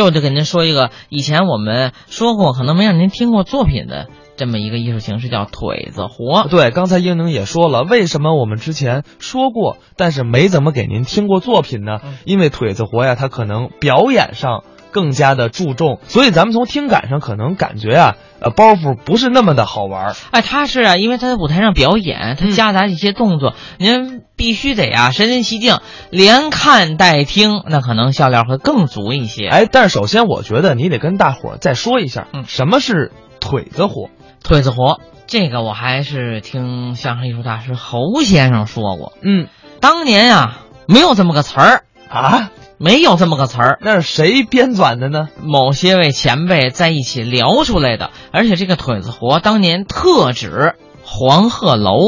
又得给您说一个以前我们说过，可能没让您听过作品的这么一个艺术形式，叫腿子 活。对，刚才英宁也说了，为什么我们之前说过，但是没怎么给您听过作品呢嗯？因为腿子活呀，它可能表演上更加的注重，所以咱们从听感上可能感觉啊，呃，包袱不是那么的好玩儿。哎，他是啊，因为他在舞台上表演，他嗯夹杂一些动作，您必须得啊身临其境，连看带听，那可能笑料会更足一些。哎，但是首先我觉得你得跟大伙儿再说一下，嗯什么是腿子活？腿子活这个我还是听相声艺术大师侯先生说过，嗯当年啊没有这么个词儿，啊，没有这么个词儿，那是谁编纂的呢？某些位前辈在一起聊出来的，而且这个腿子活当年特指黄鹤楼。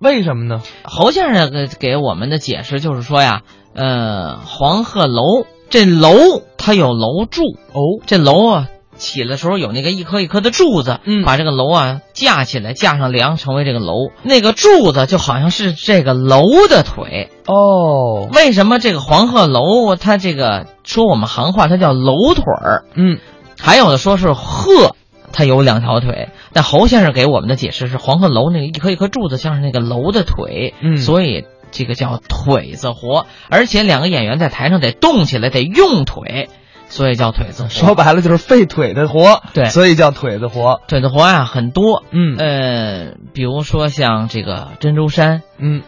为什么呢？侯先生给给我们的解释就是说呀，呃，黄鹤楼这楼它有楼柱，哦，这楼啊起的时候有那个一颗一颗的柱子，嗯把这个楼啊架起来，架上梁成为这个楼，那个柱子就好像是这个楼的腿。哦，为什么这个黄鹤楼它这个说我们行话它叫楼腿儿？嗯，还有的说是鹤，它有两条腿。但侯先生给我们的解释是，黄鹤楼那个一颗一颗柱子像是那个楼的腿，嗯所以这个叫腿子活。而且两个演员在台上得动起来，得用腿，所以叫腿子活。说白了就是废腿的活，对所以叫腿子活。腿子活啊很多，嗯呃，比如说像这个珍珠山、嗯，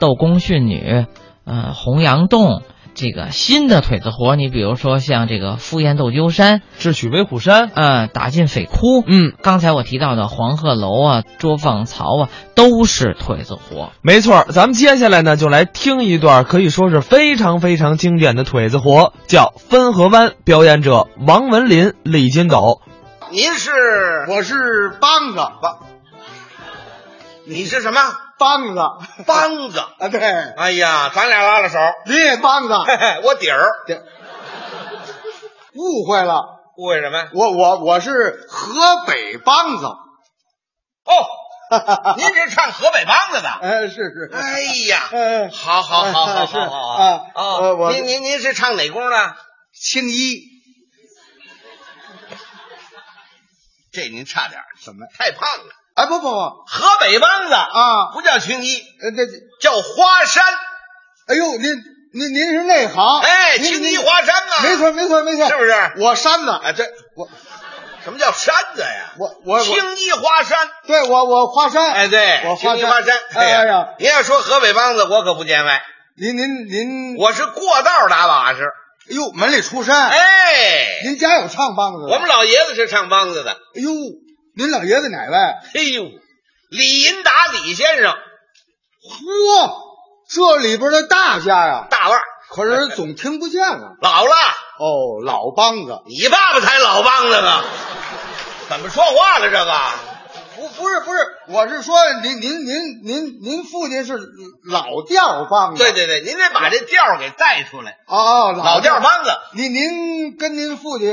窦公训女，呃，洪崖洞。这个新的腿子活，你比如说像这个赴宴斗鸠山，智取威虎山。呃，打进匪窟，嗯，刚才我提到的黄鹤楼啊、捉放曹啊，都是腿子活。没错儿。咱们接下来呢，就来听一段可以说是非常非常经典的腿子活，叫《汾河湾》，表演者王文林、李金斗。您是？我是梆子，你是什么？梆子，梆 子。啊，对，哎呀，咱俩拉拉手，你也梆嘿子，嘿，我底儿。误会了，误会什么？我我我是河北梆子，哦，您是唱河北梆子的？哎，是是，哎呀，嗯，好好好好好是好好啊呃哦，我您您您是唱哪工的？青衣这您差点儿，什么？太胖了。哎，不不不，河北梆子啊不叫群医，呃，这，叫花山。哎呦，您您您是内行，哎，啊您青衣您花山啊，没。错没错没错，是不是我山子，啊，这我什么叫山子呀？我我我青衣花山。对我我华山，哎，对，我青华衣花山。哎对呀，您要说河北梆子，我可不见外。您您您，我是过道打把式。哎呦，门里出山，，哎，您家有唱梆子的，我们老爷子是唱梆子的。哎呦，您老爷子哪位？哎呦，李银达李先生，嚯，这里边的大家呀，大腕儿可是总听不见啊。老了，哦，老梆子，你爸爸才老梆 子呢。怎么说话了这个？不不是不是，我是说您您您您您父亲是老调梆子，对对对，您得把这调儿给带出来。哦，老调儿。梆子您您跟您父亲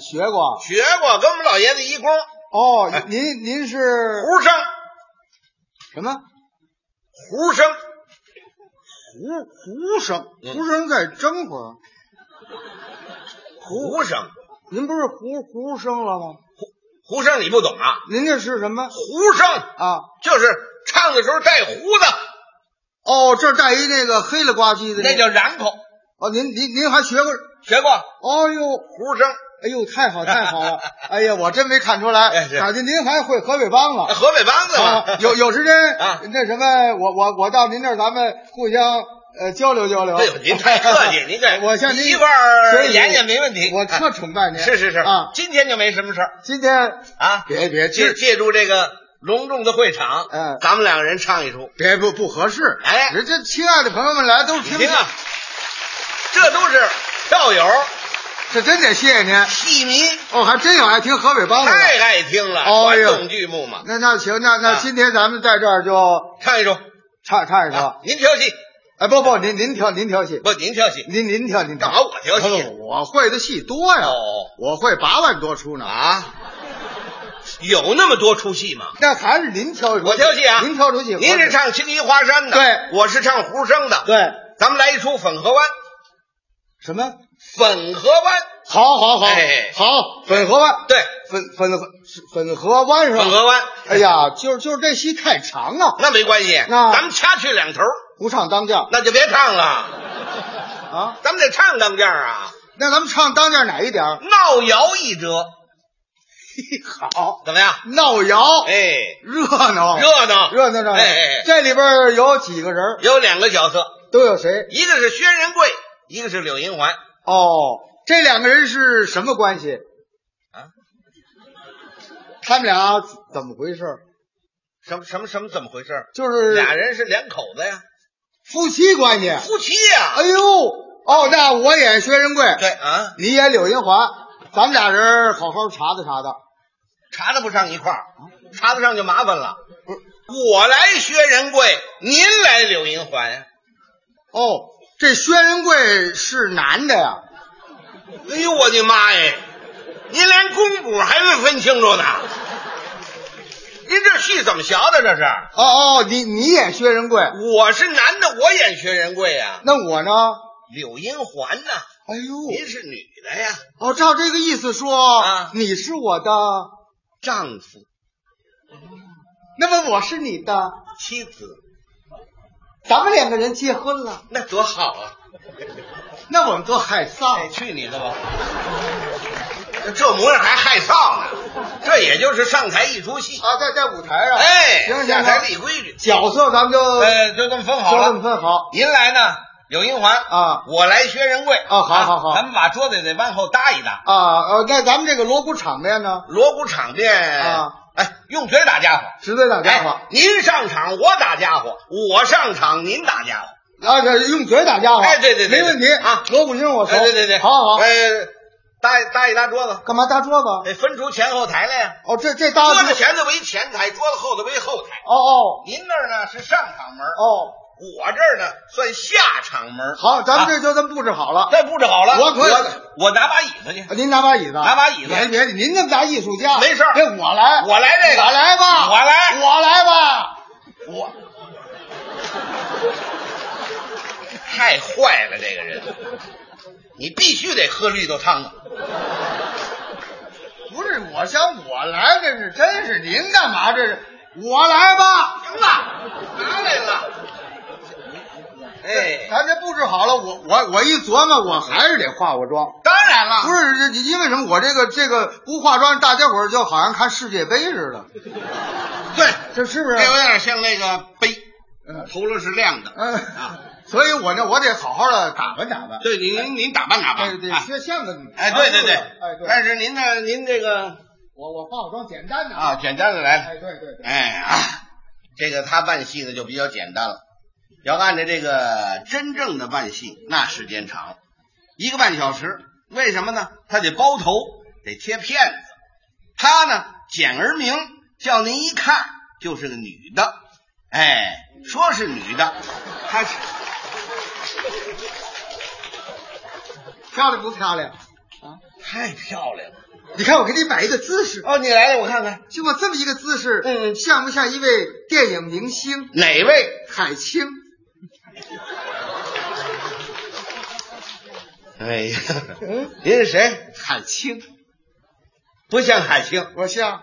学过学过，跟我们老爷子一工，哦哎？您您是胡声什么？胡声，胡胡生，嗯胡生在征会，胡声您不是胡胡生了吗？胡声你不懂啊？您这是什么胡声啊？就是唱的时候带胡子，哦，这儿带一那个黑了呱唧的，那叫染口。哦，您您您还学过？学过哦呦，胡声，哎呦，太好太好 了！哎呀，我真没看出来，哎是啊打进您还会河北梆了。河北梆子嘛啊，。有有时间 啊那什么，我我我到您那儿，咱们互相呃交流交流哎呦，。您太客 气，您这我向您一块儿学习演演没问题。我啊特崇拜您。是是是啊，今天就没什么事儿今天啊。别别借这借助这个隆重的会场，嗯咱们两个人唱一出。别不不合适。哎人家亲爱的朋友们来都是你听听啊，这都是票友这真得谢谢您。戏迷哦，还真有爱听河北梆子太的。爱听了，哎传呦统剧目嘛，那那行，那那啊今天咱们在这儿就唱一出。唱唱一啊首。您挑戏哎，不不，您您挑您挑戏，不？您挑戏，您您挑您挑干。嘛我挑戏哦？我会的戏多呀，哦我会八万多出呢。啊？有那么多出戏吗？那还是您挑一出，我挑戏啊，您挑出戏，您是唱《青衣花山》的，对我是唱胡声的，对咱们来一出《粉河湾》。什么？粉河湾好好好哎好，粉河湾，对，粉粉河是粉河湾是吧？粉河湾哎呀，就是就是这戏太长了，那没关系，那咱们掐去两头，不唱当将那就别唱了，啊。咱们得唱当家啊，那咱们唱当将哪一点儿？ 闹摇一折，好，怎么样？闹摇，哎，热闹，热闹，哦热闹热闹。哎哎哎这里边有几个人儿？有两个角色，都有谁？一个是薛仁贵，一个是柳银环，哦，这两个人是什么关系？啊？他们俩怎么回事？什么什么什么怎么回事？就是俩人是两口子呀，夫妻关系。夫妻呀、哎呦，哦，那我演薛仁贵，对啊，你演柳银环，咱们俩人好好查的查的。查的不上一块儿，查得上就麻烦了。我来薛仁贵，您来柳银环呀。哦，这薛仁贵是男的呀？哎呦我的妈呀！您连公母还没分清楚呢，您这戏怎么学的？这是，哦哦，你你演薛仁贵，我是男的，我演薛仁贵呀、那我呢？柳银环呐、哎呦，您是女的呀，哦，照这个意思说，啊你是我的，丈夫、那么我是你的，妻子，咱们两个人结婚了，那多好啊！那我们多害哎，臊。去你的吧！这模样还害臊呢，这也就是上台一出戏。啊，在在舞台上，哎，行行下台立行，规矩，角色咱们就就呃，就这么分好这么了。分好您来呢，柳银环啊我来薛仁贵啊好好好咱们把桌子得往后搭一搭。啊。呃，那咱们这个锣鼓场面呢，锣鼓场面啊，哎，用嘴打家伙，直对打家伙，哎，您上场我打家伙，我上场您打家伙，啊，这用嘴打家伙，哎对对对没问题对啊锣鼓声我熟，哎，对对对，好好好，哎，搭一搭一搭桌子，干嘛搭桌子？得分出前后台来呀。哦，这这搭桌子前头为前台，桌子后头为后台。哦哦您那儿呢是上场门，哦，我这儿呢算下场门。好，咱们啊这就这么布置好了。这布置好了，我可以我我拿把椅子去，您拿把椅子，拿把椅子别别，您那么大艺术家，没事儿这我来，我来这个我来吧，我来我来吧，我太坏了，这个人，你必须得喝绿豆汤啊！不是，我想我来，这是真是您干嘛？这是我来吧，行了，拿来了。哎，咱这布置好了，我我我一琢磨，我还是得化化妆。当然了，不是，这因为什么？我这个这个不化妆，大家伙儿就好像看世界杯似的，对，这是不这是？有点像那个杯嗯，头了是亮的嗯啊。所以我呢，我得好好的打扮打扮。对，您您您打扮打哎，扮，对，啊学像个女哎，对对对，哎，对，但是您呢，您这个我我化化妆简单的啊，，简单的来了。哎，对对对，哎啊，这个他办戏呢就比较简单了，要按照这个真正的办戏，那时间长，一个半小时。为什么呢？他得包头，得贴片子。他呢简而明，叫您一看就是个女的。哎，说是女的，他是漂亮不漂亮？太漂亮了。你看我给你摆一个姿势，哦，你来了，我看看就我这么一个姿势，嗯嗯像不像一位电影明星哪位？海清？哎呀，嗯您是谁？海清，不像海清，我像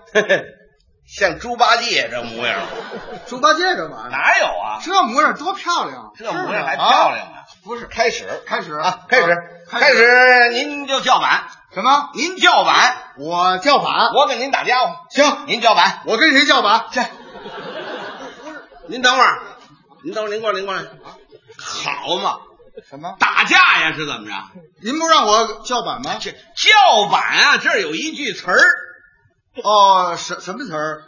像猪八戒这模样，猪八戒这玩意儿，哪有啊？这模样多漂亮！啊这模是样吧还漂亮啊呢。不是，开始，开始啊，开始，啊开始，您就叫板，什么？您叫板，我叫板，我给您打家伙，行，您叫板，我跟谁叫板？这，您等会儿，您等会儿，您过来，您过来，啊好嘛，什么？打架呀是怎么着？您不让我叫板吗？这叫板啊，这儿有一句词儿，哦，什什么词儿？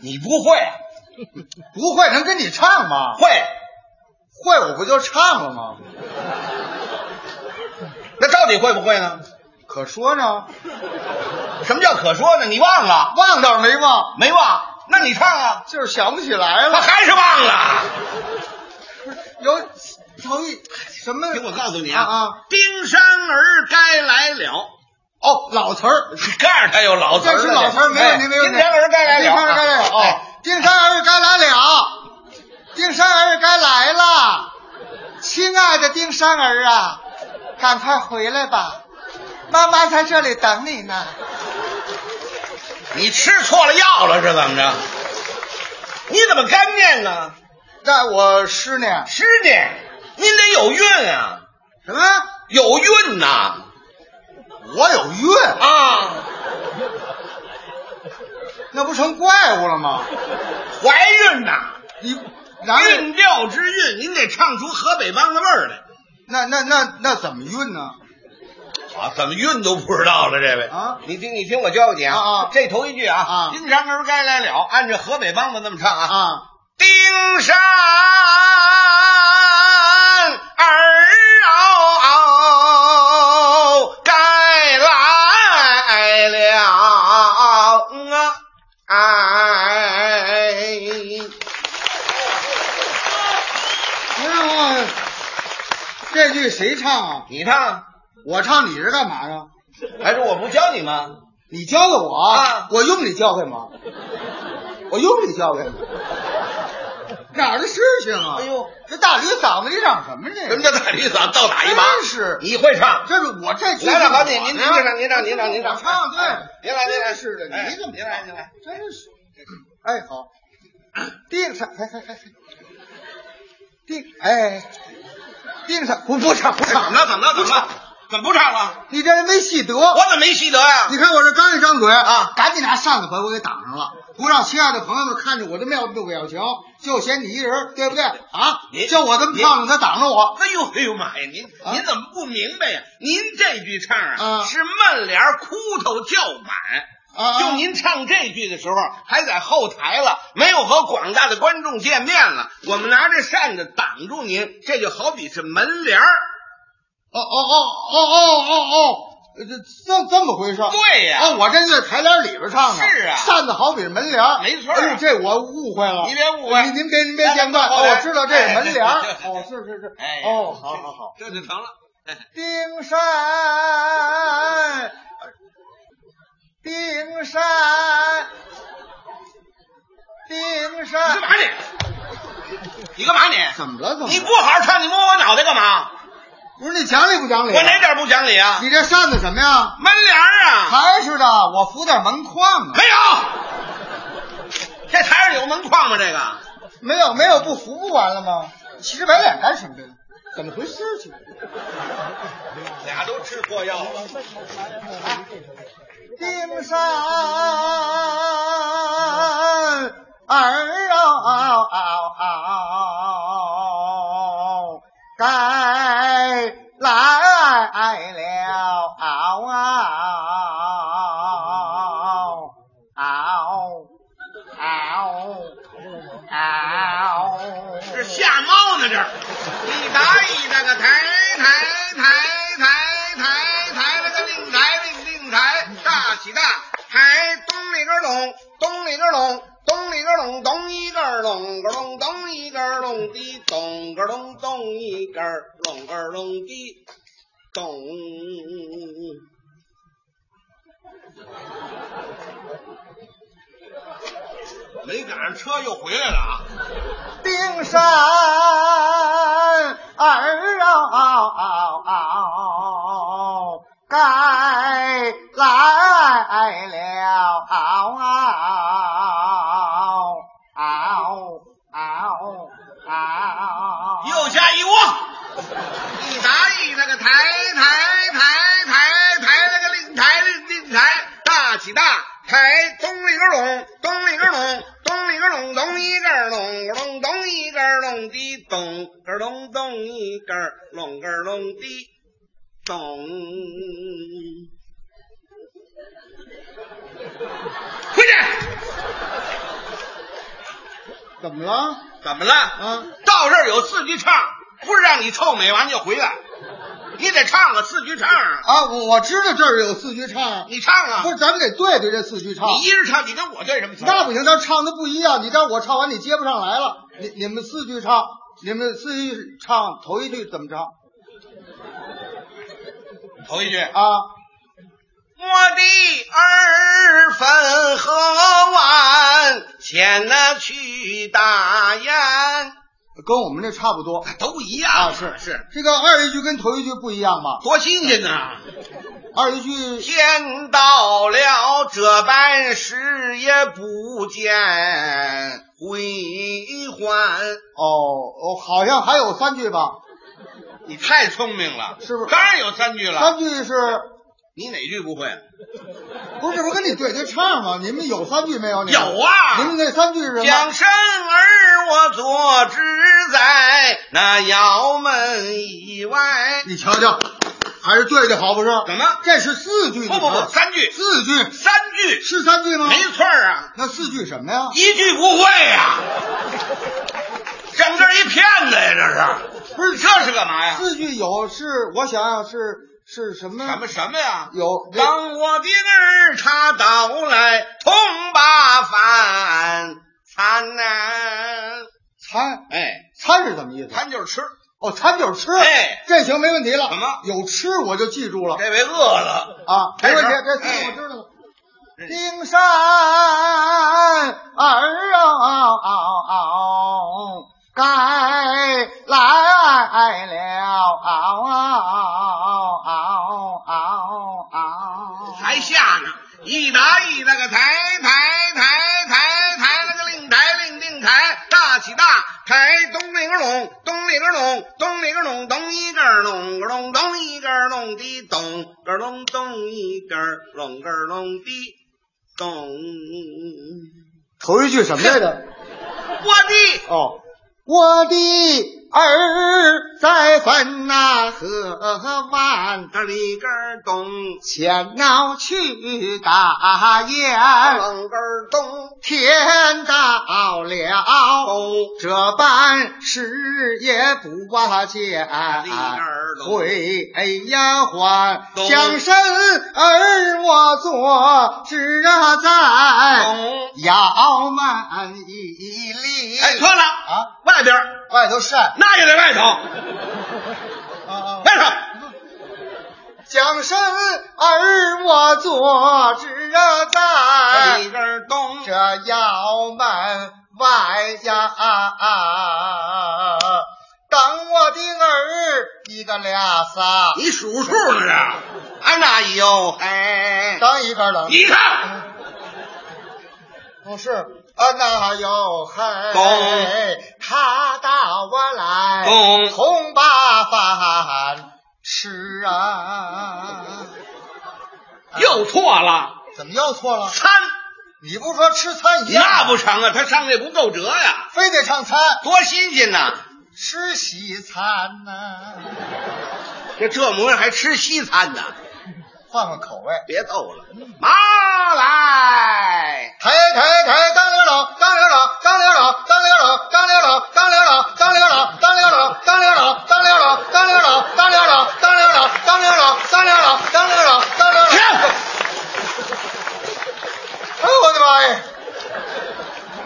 你不会啊？ 不会能跟你唱吗？会，会我不就唱了吗？ 那到底会不会呢？可说呢，什么叫可说呢？你忘了？忘倒是没忘，没忘？那你唱 啊？就是想不起来他了。还是忘了。有头一什么？听我告诉你啊啊，啊！冰山儿该来了。哦，老词儿， 这儿他有老词儿这是了，老词儿，没问题，哎没问题。丁香儿该来了，啊丁香儿该来了。哦哎，丁山儿该来了，丁山儿该来了，亲爱的丁山儿啊，赶快回来吧，妈妈在这里等你呢。你吃错了药了是怎么着？你怎么干念呢？那我师呢？是呢，您得有运啊，什么？有运呐我有孕，啊！那不成怪物了吗？怀孕呐，你哪有？运调之韵，您得唱出河北梆子味儿来。那那那那怎么孕呢？啊，怎么运都不知道了，这位啊你听，你听，我教教你啊啊啊这头一句啊啊金蝉儿该来了，按着河北梆子那么唱啊啊，丁山儿嗷该来了啊！哎，哎呦，这句谁唱啊？你唱，我唱你是干嘛呀？还是我不教你吗？你教的我，啊我用你教诲吗？我用你教诲吗？哪儿的事情啊？哎呦，这大驴嗓子里嚷什么这什个？么叫打驴嗓？倒打一耙？真是你会唱？这是我这句来了，好好，你您您唱，您唱，您唱，您唱，我唱对，您来，您来，真是的，哎你怎么您来，您来，，真是，哎好， 哎定上，还还还还，定哎，定上不不唱不怎么唱了？怎么了？怎么了？怎么不唱了？你这人没戏德，我怎么没习得呀？你看我这刚一张嘴啊，赶紧拿扇子把我给挡上了，不让亲爱的朋友们看着我的面部表情，就嫌你一人，对不对啊您？就我这么漂亮，他挡着我，哎呦哎呦妈呀！您啊您怎么不明白呀？您这句唱啊啊是慢脸儿哭头叫板，啊，就您唱这句的时候还在后台了，没有和广大的观众见面了。我们拿着扇子挡住您，这就好比是门帘儿。哦哦哦哦哦哦哦，呃这这这么回事儿？对呀哦，我这就在台帘里边唱的。是啊扇子好比门帘儿。没错儿啊哎呦，这我误会了。您别误会您您别您别哎见怪。好哦，嘞我知道这是门帘儿哎。哎 哦，是是是。哎呀哦，好好好。这就成了。丁山，丁山，丁你山干，嘛你？你干嘛你？怎么了？怎么了？你不好好唱，你摸我脑袋干嘛？不是你讲理不讲理啊？我哪点儿不讲理啊？你这扇子什么呀？门帘儿啊，还是的，我扶点门框啊。没有。这台上有门框吗？这个。没有没有不服不完了吗？洗着白脸干什么呀？怎么回事情？嗯俩都吃错药了。丁山儿嗷该来了嗷嗷嗷！这下猫呢这儿。你打一那个抬抬抬抬抬抬了个令抬令令抬，大起大抬东里个拢东里个拢。东里个拢，东一个拢个拢，东一个拢的，咚个隆咚一个隆个隆的，咚。没赶上车又回来了啊！冰山儿嗷该来了嗷嗷嗷嗷嗷！右下一窝，一打一那个抬抬抬抬抬那个令抬令令抬，大起大抬东里个拢东里个拢东里个拢东一个拢拢东一个拢的咚个咚咚一个拢个拢的咚。回去，怎么了？怎么了？啊，到这儿有四句唱，不是让你臭美完就回来，你得唱啊，四句唱啊，啊，我我知道这儿有四句唱，你唱啊不，是咱们得对对这四句唱。你一人唱，你跟我对什么词？那不行，咱唱的不一样。你让我唱完，你接不上来了。你你们四句唱，你们四句唱头一句怎么唱头一句，啊？我的儿汾河湾，前那去大雁，跟我们这差不多。啊都一样，是是，这个二一句跟头一句不一样吧？多新鲜呐！二一句天到了这般时也不见回还。哦哦，好像还有三句吧？你太聪明了，是不是当然有三句了。三句是你哪句不会？不是我跟你对对唱吗？你们有三句没有？你有们啊你们那三句是什么将？身儿我坐之在那窑门以外。你瞧瞧，还是对的好不是？怎么这是四句。不不你瞧不，三句，四句三句，是三句吗？没错儿啊。那四句什么呀？一句不会呀、整个一骗子呀，这是不是这是干嘛呀？四句有是，我想想是是什么？什么什么呀？有那当我的儿茶到来，同把饭餐呐、餐哎，餐是什么意思？餐就是吃，哦，餐就是吃。 哎，这行没问题了。怎么有吃我就记住了这位饿了，啊？没问题，开始这四哎我知道了。嗯冰山儿啊，该来了。还下呢，一打一那个抬抬抬抬抬那个令抬令定抬，大起大抬咚里个隆，咚里个隆，咚里个隆，咚一个儿隆个隆，咚一个儿隆的咚个儿隆咚一个儿隆个儿隆的咚，头一句什么来着？我的。哦，我的儿在分那河湾这里根儿咚，前脑去打雁，楞根儿咚天到了咚，这般时也不把见里根儿咚，回呀还，咚哎将身儿我坐只啊在咚。窑门一立。哎，错了啊！外边儿外头晒那也得外头，啊外头将身儿我坐只啊这在哎里根儿咚，这窑门外呀啊！等我的儿一个俩仨，你数数呢这？哎那有嘿，等一个了。你看不是啊，那有嘿懂，他到我来，咚红把饭吃啊！又错了怎么又错了？三，你不说吃餐一样吗，那不成啊，他上这不够折呀，非得唱餐多新鲜呐！吃西餐呢、这这模样还吃西餐呢，换换口味。别逗了，妈来，抬抬抬，当刘老，当刘老，当刘老，当刘老，当刘老，当刘老，当刘老，当刘老，当刘老，当刘老，当刘老，当刘老，当刘老，当刘老，当刘老，当刘老，当刘老。停！哎呦我的妈呀！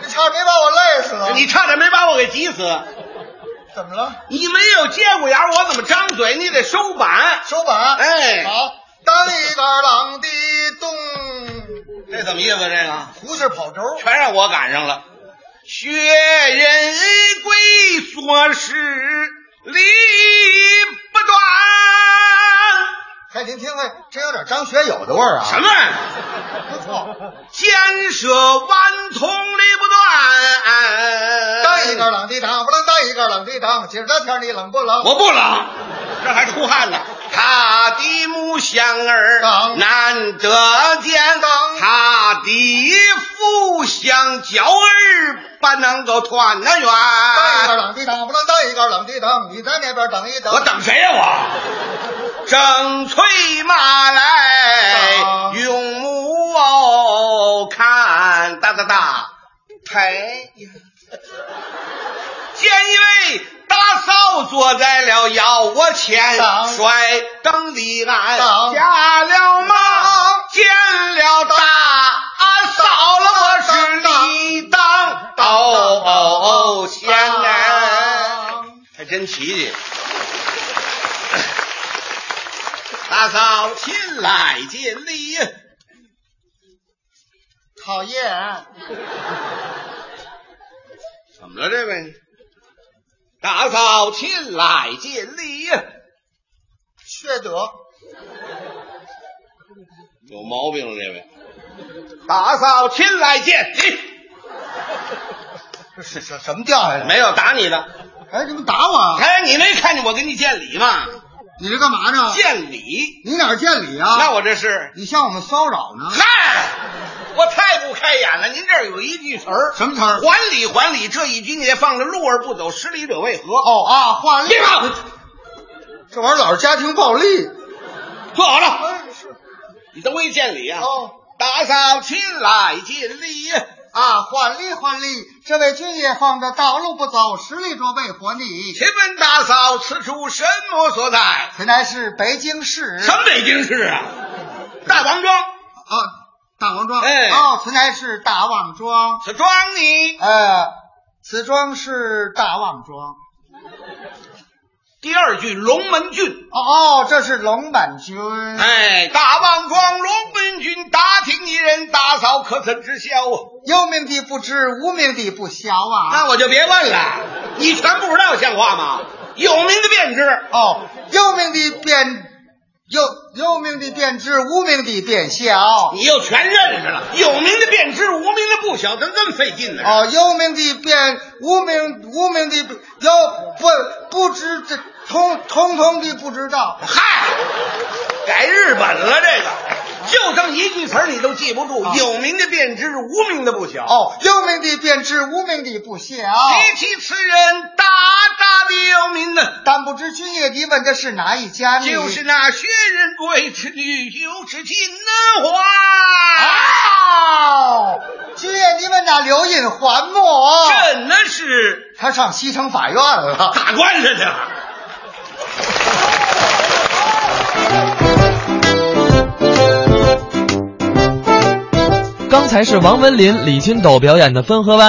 你差点把我累死了！你差点没把我给急死。怎么了？你没有接过牙，我怎么张嘴？你得收板。手板。哎好。当一个浪的咚，这怎么意思？这个胡是跑轴。全让我赶上了。学人归所是理不断，嘿，您听嘿，这有点张学友的味儿啊！什？么不错。建设顽童理不断。当一个冷地当，不能当一个冷地当。今儿这天你冷不冷？我不冷，这还出汗呢。他的母乡儿当难得见，他的父乡娇儿不能够团得圆。当一个冷地当，不能当一个冷地当。你在那边等一等。我等谁呀、 我正催马来，当用木偶看，哒哒哒，陪。见一位大嫂坐在了窑窝前，当摔灯的俺当下了忙当，见了大嫂了，我是理当当哦哦哦，先来。当还真奇迹。 大嫂亲来见礼，讨厌，怎么了这位？大嫂亲来见礼，缺德，有毛病了，啊这位。打扫勤来见你，这是什什么调呀？没有打你的。哎，你怎么打我啊？哎，你没看见我给你见礼吗？你这干嘛呢？见礼，你哪儿见礼啊？那我这是你向我们骚扰呢？嗨，我太不开眼了。您这儿有一句词儿，什么词儿？还礼还礼，这一句也放着“路而不走，十里者为何”。哦啊，话别跑，这玩意儿老是家庭暴力。坐好了。哎，是你都没见礼啊？哦打扫勤来见礼。啊，换力换力，这位军爷放着道路不走，十里着为活你。请问大嫂，此处什么所在？此乃是北京市什么北京市啊？大王庄，啊，大王庄。哎哦，此乃是大王庄。此庄呢？呃，此庄是大王庄。第二句龙门郡。哦，这是龙板军。哎，大王庄龙门郡，打听一人打扫，可曾知啊晓？有命的不知，无命的不晓啊。那我就别问了，你全不知道，像话吗？有名的便知。哦，有命的便有有命的便知，无命的便晓。你又全认识了，有名的便知，无名的不晓，怎么这么费劲呢？哦，有命的便无命，无命的有不不知这通通通的不知道。嗨，改日本了这个，就这么一句词儿你都记不住，啊有名的便知，无名的不晓。哦，有命的便知，无命的不晓。提起此人，大大的有名呢，但不知君爷，你问的是哪一家呢？就是那薛仁贵之女，就是金南华。哦，君爷，你问那刘隐还我？真的是他上西城法院了。打官司去了。刚才是王文林、李金斗表演的《汾河湾》。